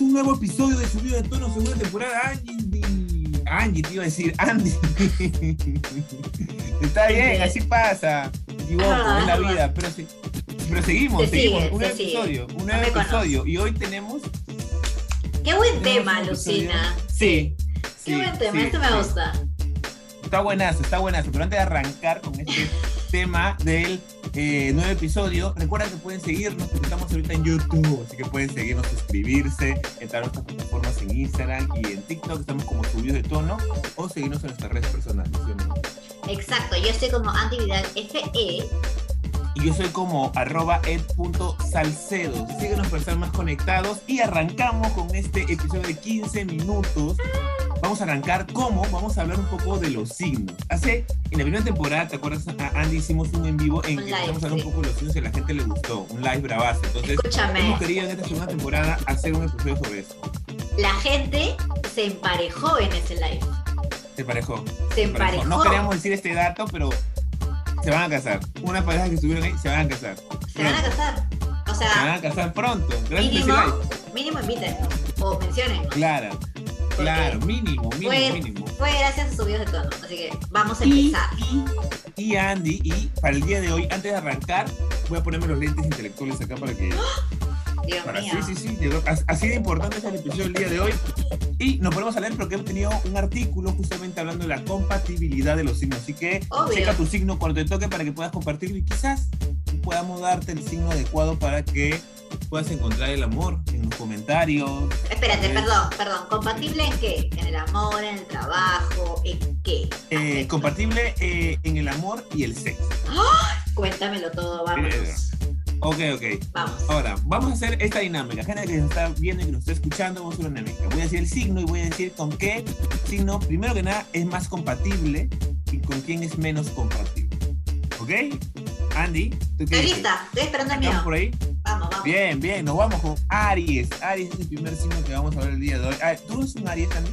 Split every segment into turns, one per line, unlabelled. nuevo episodio de Subido de Tono, segunda temporada. Angie, Angie, te iba a decir, Andy. Está bien, así pasa. Me equivoco,
Ah.
es la vida. Pero, se- pero seguimos,
Se sigue,
seguimos. un
se
nuevo
sigue.
episodio, un
No
nuevo
me conozco.
episodio. Y hoy tenemos.
Qué buen
tenemos
tema,
un episodio-
Lucina.
Sí.
Qué
sí,
buen tema,
sí,
esto
sí.
me gusta.
Está buenazo, está buenazo. Pero antes de arrancar con este tema del eh, nuevo episodio, recuerda que pueden seguirnos, porque estamos ahorita en YouTube, así que pueden seguirnos, suscribirse, entrar a nuestras plataformas en Instagram y en TikTok, estamos como subidos de tono, o seguirnos en nuestras redes personales. ¿sí o no?
Exacto, yo estoy como Andy Vidal E, FE.
Y yo soy como arroba ed.salcedo. Síguenos para estar más conectados y arrancamos con este episodio de 15 minutos. Vamos a arrancar cómo, vamos a hablar un poco de los signos. Hace, en la primera temporada, ¿te acuerdas, a- Andy? Hicimos un en vivo en
Un
que
live,
empezamos a hablar
sí.
un poco de los signos y a la gente le gustó. Un live bravazo. Entonces, hemos
Escúchame,
querido en esta segunda temporada hacer un episodio sobre eso.
la gente se emparejó en ese live.
¿Te parejó?
Se
¿Te parejó?
emparejó.
No queríamos decir este dato, pero se van a casar. Una pareja que estuvieron ahí se van a casar.
Se van a
Pronto.
casar. O
Se van
sea,
a casar pronto. Gracias a ese
mínimo,
live.
mínimo invítenos o mencionen.
Claro, claro, mínimo, mínimo,
Bueno.
mínimo.
Fue gracias a subidos de tono, así que vamos a
Y,
empezar.
y, y Andy, y para el día de hoy, antes de arrancar, voy a ponerme los lentes intelectuales acá para que.
Ah, Dios
Para,
mío.
sí, sí, sí, llegó- as- así de importante es el episodio del día de hoy. Y nos ponemos a leer porque hemos tenido un artículo justamente hablando de la compatibilidad de los signos. Así que
Obvio.
checa tu signo cuando te toque para que puedas compartirlo y quizás podamos darte el signo adecuado para que puedas encontrar el amor en los comentarios,
Espérate,
Eh.
perdón, perdón. ¿Compatible en qué? ¿En el amor, en el trabajo? ¿En qué?
eh,
Aspecto.
compatible eh, en el amor y el sexo.
Cuéntamelo todo, vamos.
Ok, Eh, ok.
Vamos.
Ahora, vamos a hacer esta dinámica. Gente que nos está viendo y que nos está escuchando, vamos a hacer una dinámica. Voy a decir el signo y voy a decir con qué signo, primero que nada, es más compatible y con quién es menos compatible. ¿Ok? Andy, ¿tú qué
Estoy
dices?
lista, estoy esperando el mío.
¿Estamos por ahí?
Vamos, vamos.
Bien, bien, nos vamos con Aries. Aries es el primer signo que vamos a ver el día de hoy. Ah, ¿Tú eres un Aries, Andy?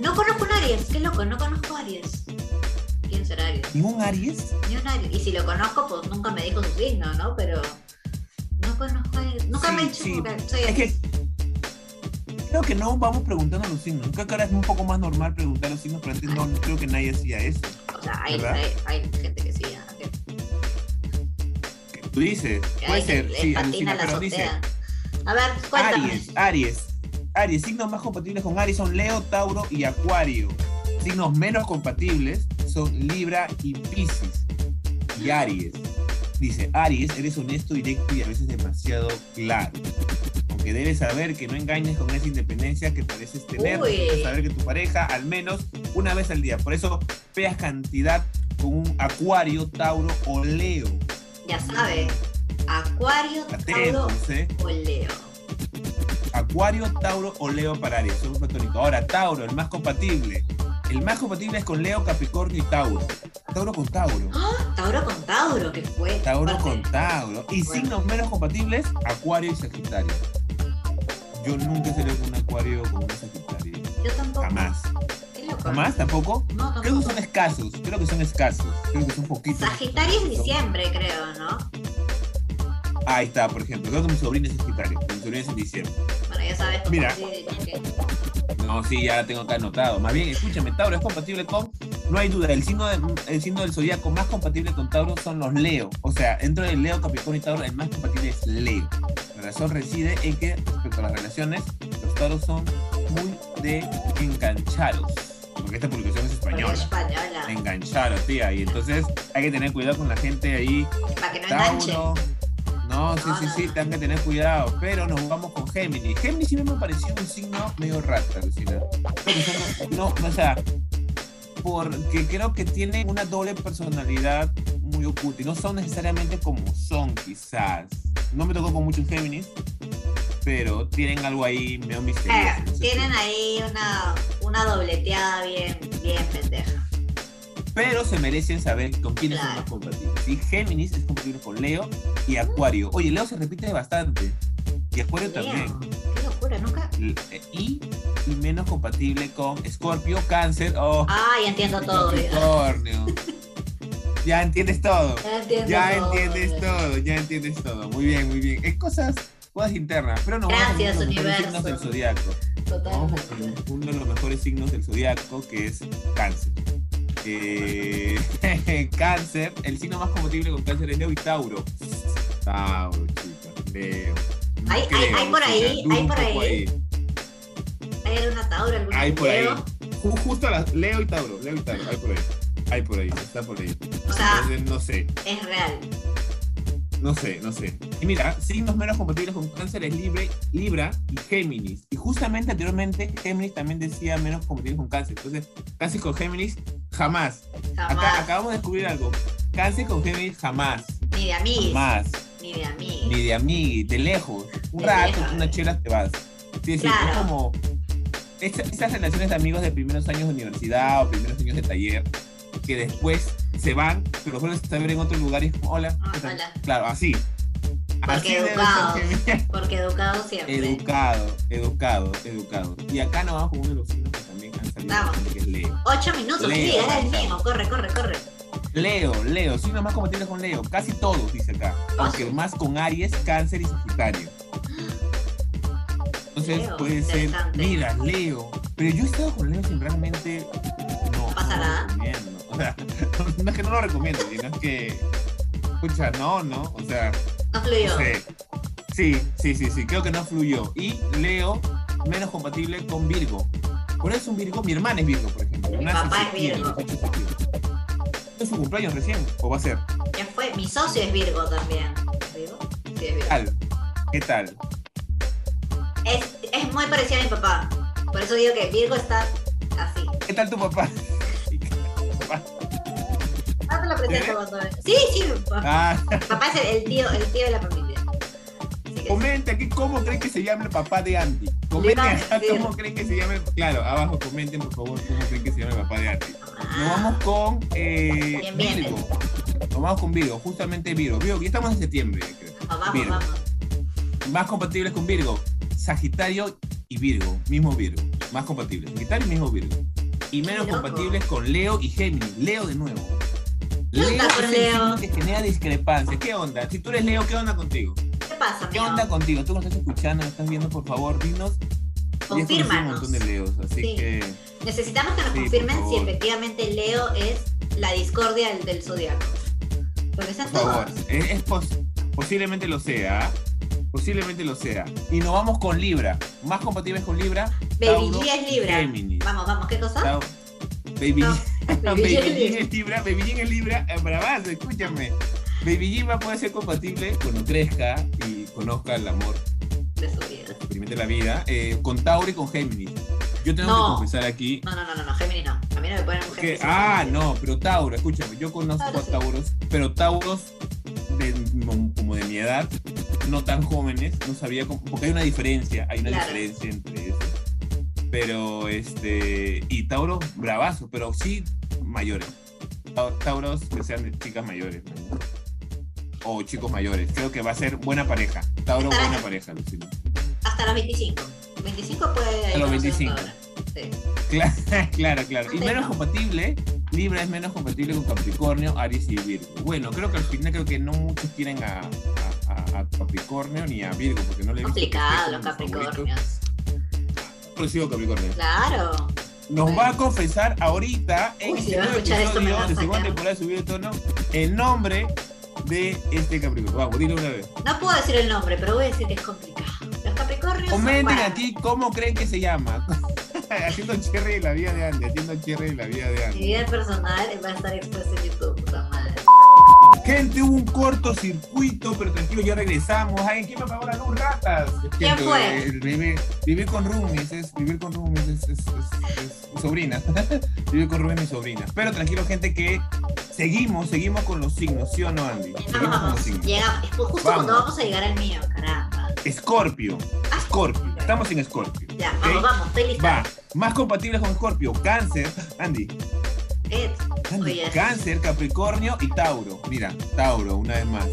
No conozco un Aries, qué loco, no conozco Aries. ¿Quién será Aries?
¿Ningún Aries?
Ni un Aries. Y si lo conozco, pues nunca me dijo su signo, ¿no? Pero no conozco a Aries. Nunca
Sí,
me he hecho
sí.
como que soy
Es que
Aries.
creo que no vamos preguntando los signos. Creo que ahora es un poco más normal preguntar los signos, pero antes no, no creo que nadie hacía eso.
O sea, hay,
¿verdad?
hay, hay gente que sí, ¿no? que,
que Tú dices,
que
puede
hay-
ser,
le
sí,
patina
alucina,
la
pero dice
azotea. A ver, cuéntame.
Aries, Aries, Aries, signos más compatibles con Aries son Leo, Tauro y Acuario. Signos menos compatibles son Libra y Piscis y Aries. Dice, Aries, eres honesto, directo y a veces demasiado claro. Aunque debes saber que no engañes con esa independencia que pareces tener,
Uy.
debes saber que tu pareja al menos una vez al día. Por eso veas cantidad con un Acuario, Tauro o Leo.
Ya sabe, Acuario, Tauro
Atentos, ¿eh?
o Leo.
Acuario, Tauro o Leo para Aries. Somos platónicos. Ahora, Tauro, el más compatible. El más compatible es con Leo, Capricornio y Tauro. Tauro con Tauro.
¡Ah! Tauro con Tauro, que fue.
Tauro
Fuerte.
con Tauro. Y
Bueno.
signos menos compatibles, Acuario y Sagitario. Yo nunca he salido con un Acuario o con un Sagitario.
Yo tampoco.
Jamás.
Qué loco.
¿Jamás? ¿Tampoco?
No,
Creo que
tampoco.
son escasos. Creo que son escasos. Creo que son poquitos.
Sagitario es diciembre, creo, ¿no?
Ahí está, por ejemplo. Creo que mi sobrino es Sagitario. Mi sobrino es en diciembre.
Bueno, ya sabes cómo
Mira.
así de que-
No, sí, ya la tengo acá anotado. Más bien, escúchame, Tauro es compatible con. No hay duda, el signo, de- el signo del zodiaco más compatible con Tauro son los Leo. O sea, dentro del Leo, Capricornio y Tauro, el más compatible es Leo. La razón reside en que, respecto a las relaciones, los Tauros son muy de enganchados. Porque esta publicación es
porque es
española.
española.
Enganchados, tía. Y entonces hay que tener cuidado con la gente ahí
Para que no enganche.
Tauro. No, sí,
No,
sí,
no,
sí,
no.
tengan que tener cuidado. Pero nos vamos con Géminis. Géminis siempre me pareció un signo medio rata, Lucina. Creo que son- No, o sea, porque creo que tienen una doble personalidad muy oculta y no son necesariamente como son, quizás. No me tocó con muchos Géminis, pero tienen algo ahí medio misterioso.
Eh,
no sé
tienen
tú.
ahí una, una dobleteada bien, bien pendeja.
Pero se merecen saber con quiénes son
Claro.
más compatibles. Y Géminis es compatible con Leo y Acuario. Oye, Leo se repite bastante. Y Acuario también.
Leo, Qué locura, nunca.
L- eh, y, y menos compatible con Escorpio, Cáncer o
Ay, Ah, entiendo todo. Ya
Capricornio. Ya entiendes todo.
entiendo
Ya
todo.
entiendes todo, ya entiendes todo. Muy bien, muy bien. Es cosas cosas internas. Pero no,
Gracias,
vamos con uno de los mejores
universo.
signos del zodiaco. Vamos
Totalmente.
con uno de los mejores signos del zodiaco, que es cáncer. Eh, cáncer, el signo más compatible con cáncer es Leo y Tauro. Tauro, chicos, Leo. No
Hay- hay-
creo,
hay por ahí,
chica, dudo
hay
un
por
poco
ahí. ¿Hay alguna Tauro? ¿Algún
Hay por ahí.
Leo?
Ju- Justo a las Leo y Tauro, Leo y Tauro, hay por ahí. Hay por ahí, está por ahí.
O sea,
Entonces, no sé,
es real.
no sé, no sé. Y mira, signos menos compatibles con cáncer es Libre, Libra y Géminis. Y justamente anteriormente Géminis también decía menos compatibles con cáncer. Entonces, cáncer con Géminis, jamás. Acá-
Jamás.
acabamos de descubrir algo. Cáncer con Géminis, jamás.
Ni de amiguis.
Jamás.
Ni de amiguis.
Ni de amigui, de lejos. Un
De
rato,
lejos.
una chela te vas. Sí, sí, es
Claro.
como. esa- esas relaciones de amigos de primeros años de universidad o primeros años de taller, que después se van, pero los vuelves a ver en otro lugar y es como, hola.
Ah,
¿qué tal?
hola.
Claro, así.
Porque
debe
educados.
ser que-
Porque educado siempre.
Educado, educado, educado. Y acá nos vamos con uno de los signos que también han salido,
Vamos.
bastante, que es Leo.
Ocho minutos, sí,
Leo.
era el mismo. Corre, corre, corre.
Leo, Leo, signos más compatibles con Leo, casi todos, dice acá. Aunque más con Aries, Cáncer y Sagitario. Entonces
Leo,
puede ser,
interesante.
mira, Leo. Pero yo he estado con Leo sin realmente. No,
¿Pasa
no
nada?
lo recomiendo. O sea, no es que no lo recomiendo, sino es que. Escucha, no, no. O sea,
No
no
fluyó.
sé. Sí, sí, sí, sí, creo que no fluyó. Y Leo, menos compatible con Virgo. Por eso es un Virgo, mi hermana es Virgo, por ejemplo.
Mi
Nace en
papá es
septiembre,
Virgo.
18 de septiembre. ¿Es su cumpleaños recién? ¿O va a ser?
Ya fue. Mi socio es Virgo también. ¿Virgo? Sí, es
¿Qué
Virgo.
tal? ¿Qué tal?
Es, es muy parecido a mi papá. Por eso digo que Virgo está así.
¿Qué tal tu papá?
Ah, te lo presento
¿Sí?
cuando Sí, sí, mi papá.
¿Eh? Ah,
Papá es el, el tío, el tío de la familia. Así que-
comenta aquí cómo creen que se llama el papá de Andy. Comenten
Le iba a
acá
decir.
cómo creen que se llama el... Claro, abajo comenten por favor cómo creen que se llama el papá de Andy. Nos
Ah,
vamos con eh,
Bien, bien.
Virgo. Nos vamos con Virgo, justamente Virgo. Virgo, ya estamos en septiembre, ya creo.
vamos,
Virgo.
vamos.
Más compatibles con Virgo. Sagitario y Virgo. Mismo Virgo. Más compatibles. Sagitario y mismo Virgo. Y menos
Qué loco.
compatibles con Leo y Géminis. Leo de nuevo.
¿Qué onda
es
con
el
Leo?
signo que genera discrepancias. ¿Qué onda? Si tú eres Leo, ¿qué onda contigo?
¿Qué pasa,
¿Qué
amigo?
onda contigo? Tú que estás escuchando, nos estás viendo, por favor, dinos. Y es que conocí un
Confírmanos.
montón de Leos, así
Sí.
que
Necesitamos que nos
Sí, por
confirmen si
favor.
efectivamente Leo es la discordia del, del zodiaco. Porque están
por favor,
todos.
es, es pos- posiblemente lo sea, ¿ah? posiblemente lo sea. Y nos vamos con Libra, más compatibles con Libra.
Baby
Tauro
G es
y
Libra.
Géminis.
Vamos, vamos, ¿qué cosa?
Tau- Baby,
No, Baby G es
Baby G
Libra.
es Libra, Baby G es Libra, eh, para más, escúchame. Baby G va a poder ser compatible cuando crezca y conozca el amor,
De su vida.
experimente la vida, eh, con Tauro y con Géminis. Yo tengo
No.
que confesar aquí
No, no, no, no, no, Géminis no. A mí no me ponen mujer.
que,
que se
ah,
llame.
no, pero Tauro, escúchame, yo conozco
Tauro
a
sí.
Tauros, pero Tauros de- mo- como de mi edad, no tan jóvenes, no sabía cómo, porque hay una diferencia, hay una
Claro.
diferencia entre eso. Pero este, y Tauros bravazos, pero sí mayores. Tau- Tauros que sean de chicas mayores. ¿no? O chicos mayores, creo que va a ser buena pareja. Tauro,
Estará-
buena pareja, Lucina.
Hasta los 25. 25 puede.
Hasta los
conocer
25.
una hora. Sí.
Claro, claro, claro. Y
Antes
menos
no.
compatible, Libra es menos compatible con Capricornio, Aries y Virgo. Bueno, creo que al final creo que no muchos quieren a, a- a- a Capricornio ni a Virgo, porque no le he visto que esté
Complicado,
como
los
mi favorito.
Capricornios.
Pero sigo Capricornio.
Claro.
Nos va a confesar ahorita en
Uy, si
este
va a
nuevo
escuchar esto, me
episodio
va a
de segunda
sacar.
temporada de Subido de Tono el nombre de este Capricornio. Vamos, dilo una vez.
No puedo decir el nombre, pero voy a decir que es complicado. Los Capricornios. son
Comenten
para-
aquí cómo creen que se llama. haciendo cherry de la vida de Andy, haciendo cherry de la vida de Andy.
Mi vida personal va a estar expuesta en YouTube, puta madre.
Gente, hubo un cortocircuito, pero tranquilo, ya regresamos. Ay, ¿quién me apagó la luz, ratas?
¿Quién
Gente,
fue?
eh, Vivir, vivir con roomies es vivir con roomies es, es- es- es mi sobrina. vivir con roomies es mi sobrina. Pero tranquilo, gente, que seguimos, seguimos con los signos, ¿sí o no, Andy? Seguimos con los
Vamos,
signos.
llegamos. Es Justo
Vamos.
cuando vamos a llegar al mío, caramba. Ah,
Escorpio, Escorpio. Estamos en Escorpio.
Ya,
¿ok?
vamos, vamos, estoy
Va,
lista.
más compatibles con Escorpio, Cáncer, Andy,
Ed,
Andy,
Oye.
Cáncer, Capricornio y Tauro. Mira, Tauro, una vez más.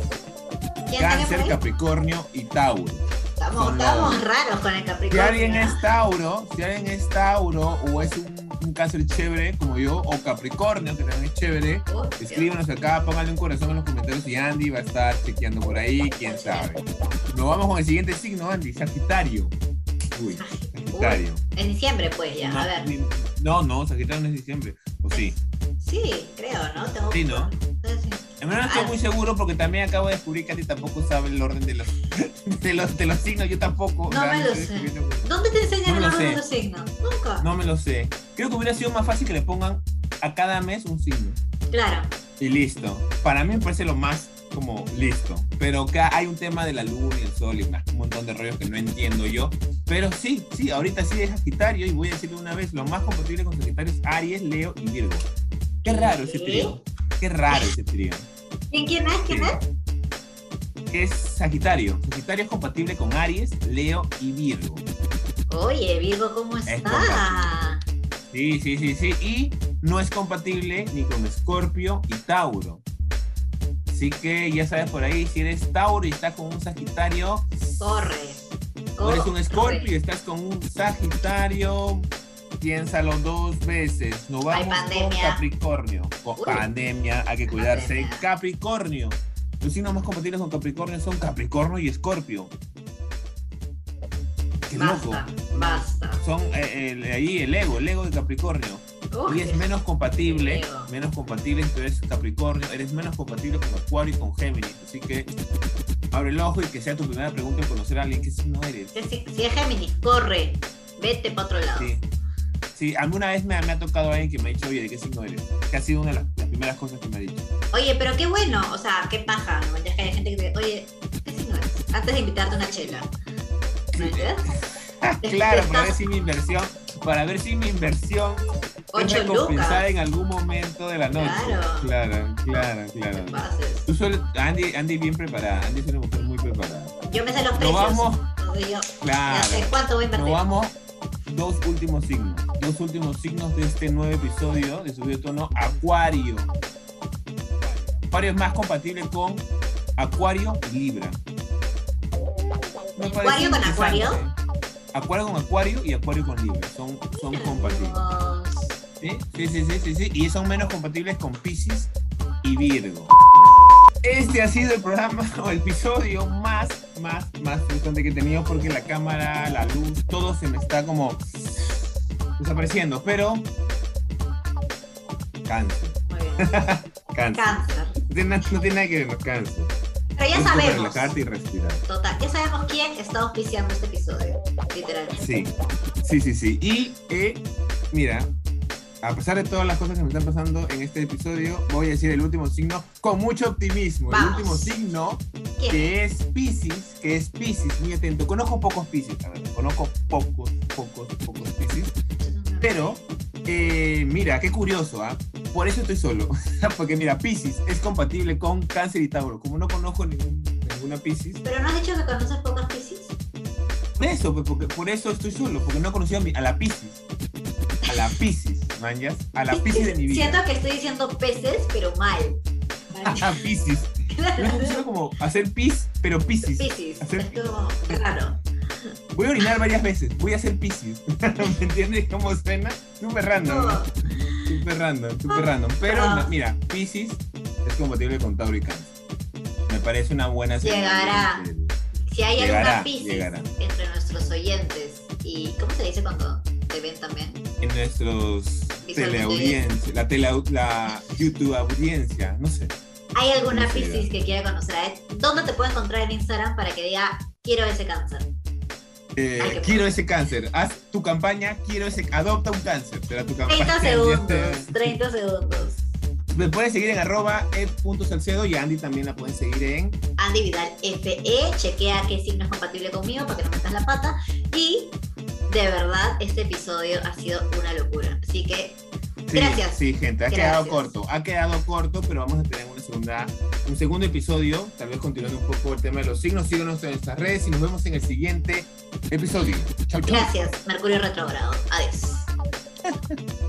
¿quién
Cáncer,
está
Capricornio y Tauro.
Estamos,
con
estamos
los-
raros con el
Si
Capricornio.
alguien es Tauro, si alguien es Tauro o es un, un cáncer chévere como yo, o Capricornio, que también es chévere, escríbanos acá, pónganle un corazón en los comentarios y Andy va a estar chequeando por ahí, quién sabe. Nos vamos con el siguiente signo, Andy, Sagitario. Uy, Sagitario.
En diciembre, pues ya, a ver.
ni- No, no, Sagitario no es diciembre. O sí.
Sí, creo, ¿no? Tengo-
Sí, ¿no?
Entonces,
En verdad no estoy muy seguro porque también acabo de descubrir que Andy tampoco sabe el orden de los, de los, de los signos. Yo tampoco. o
No
sea,
me lo
estoy
sé.
descubriendo-
¿Dónde te enseñan
No
el
lo
orden
sé.
de los signos? Nunca.
No me lo sé. Creo que hubiera sido más fácil que le pongan a cada mes un signo.
Claro.
Y listo. Para mí me parece lo más como listo. Pero acá hay un tema de la luna y el sol y más, un montón de rollos que no entiendo yo. Pero sí, sí, ahorita sí es Sagitario y voy a decirlo una vez, lo más compatible con Sagitario es Aries, Leo y Virgo. Qué raro ese
¿Qué?
trío. Qué raro ese trío.
¿Quién, quién es? ¿Quién es?
Es Sagitario. Sagitario es compatible con Aries, Leo y Virgo.
Oye, Virgo, ¿cómo está?
compatible. Sí, sí, sí, sí. Y no es compatible ni con Escorpio y Tauro. Así que ya sabes por ahí, si eres Tauro y estás con un Sagitario,
Corre.
o
Corre.
eres un Escorpio y estás con un Sagitario, piénsalo dos veces. No
Hay
vamos con
pandemia.
Capricornio. Con
Uy.
pandemia, hay que cuidarse.
Pandemia.
Capricornio. Los signos más compatibles con Capricornio son Capricornio y Escorpio. Qué loco.
Basta, basta.
Son eh, el- ahí el ego, el ego de Capricornio.
Uy,
Y es menos compatible,
Leo.
menos compatible si tú eres Capricornio, eres menos compatible con Acuario y con Géminis. Así que abre el ojo y que sea tu primera pregunta en conocer a alguien que no eres.
si, si- si es Géminis, corre. Vete para otro lado.
Sí. Sí, alguna vez me, me ha tocado alguien que me ha dicho, oye, ¿de qué signo eres? Que ha sido una de las, las primeras cosas que me ha dicho.
Oye, pero qué bueno. O sea, qué paja. ¿no? Ya que hay gente que te oye, ¿qué signo es? Antes de invitarte una chela. ¿No entiendes?
claro, para ver si mi inversión, para ver si mi inversión es
Ocho
recompensada
lucas.
en algún momento de la noche. Claro, claro, claro.
¿Qué pases?
Tú sueles- Andy, Andy bien preparada, Andy es una mujer muy preparada.
Yo me sé los
Nos
precios.
vamos.
Entonces yo ya
Claro.
sé cuánto voy a
Nos
invertir.
vamos dos últimos signos. Dos últimos signos de este nuevo episodio de Subido de Tono, Acuario. Acuario es más compatible con Acuario y Libra. Me parece
¿Acuario con
interesante.
Acuario?
Acuario con Acuario y Acuario con Libra. Son, son compatibles.
Los-
¿Sí? Sí, sí, sí, sí, sí. Y son menos compatibles con Pisces y Virgo. Este ha sido el programa o el episodio más, más, más frustrante que he tenido porque la cámara, la luz, todo se me está como desapareciendo. Pero. Cáncer.
Muy bien.
Cáncer.
Cáncer.
No tiene, na- no tiene nada que ver con cáncer.
Pero ya
Es como
sabemos.
relajarte y respirar.
Total, ya sabemos quién está auspiciando este episodio. Literalmente.
Sí, sí, sí, sí. Y eh, mira, a pesar de todas las cosas que me están pasando en este episodio, voy a decir el último signo con mucho optimismo. El
Vamos.
último signo
¿Quién?
que es Pisces, que es Pisces, muy atento. Conozco pocos Pisces, la verdad. Conozco pocos, pocos, pocos Pisces. Pero, eh, mira, qué curioso, ¿ah? Por eso estoy solo. Porque mira, Pisces es compatible con Cáncer y Tauro. Como no conozco ningún- ninguna Pisces,
Pero no has dicho que conoces pocas Pisces.
Por eso, pues, porque, por eso estoy solo, porque no he conocido a, mi- a la Piscis. A la Piscis, manjas. A la Piscis de mi vida. Ah,
Siento que estoy diciendo peces, pero mal.
A la Piscis. No es como- solo como hacer pis, pero Piscis.
Pisces.
Hacer-
Es como raro.
Voy a orinar varias veces, voy a hacer Piscis. ¿Me entiendes cómo suena? Súper random,
Como-
súper random, súper random. Pero
Ah.
no, mira, Piscis es compatible con Tauro y Cáncer. Me parece una buena señal
Llegará.
de- de-
Si hay alguna
Llegará,
Pisces
llegará.
entre nuestros oyentes y ¿cómo se dice cuando te ven también?
en nuestros
Visualmente.
teleaudiencia, la, tele, la YouTube audiencia, no sé.
¿Hay alguna
Sí,
Pisces que quiera conocer a Ed? ¿Dónde te puede encontrar en Instagram para que diga quiero ese cáncer?
Eh,
Ay, qué
quiero ese cáncer. Haz tu campaña, quiero ese. Adopta un cáncer. Será tu campaña.
30 segundos, 30 segundos.
Me pueden seguir en arroba ed.salcedo y a Andy también la pueden seguir en.
Andy Vidal FE, chequea qué signo es compatible conmigo para que no metas la pata. Y de verdad, este episodio ha sido una locura. Así que
Sí,
Gracias.
Sí, gente. Ha
Gracias.
quedado corto. Ha quedado corto, pero vamos a tener una segunda, un segundo episodio. Tal vez continuando un poco el tema de los signos. Síganos en nuestras redes y nos vemos en el siguiente episodio. Chau, chau.
gracias, Mercurio Retrogrado. Adiós.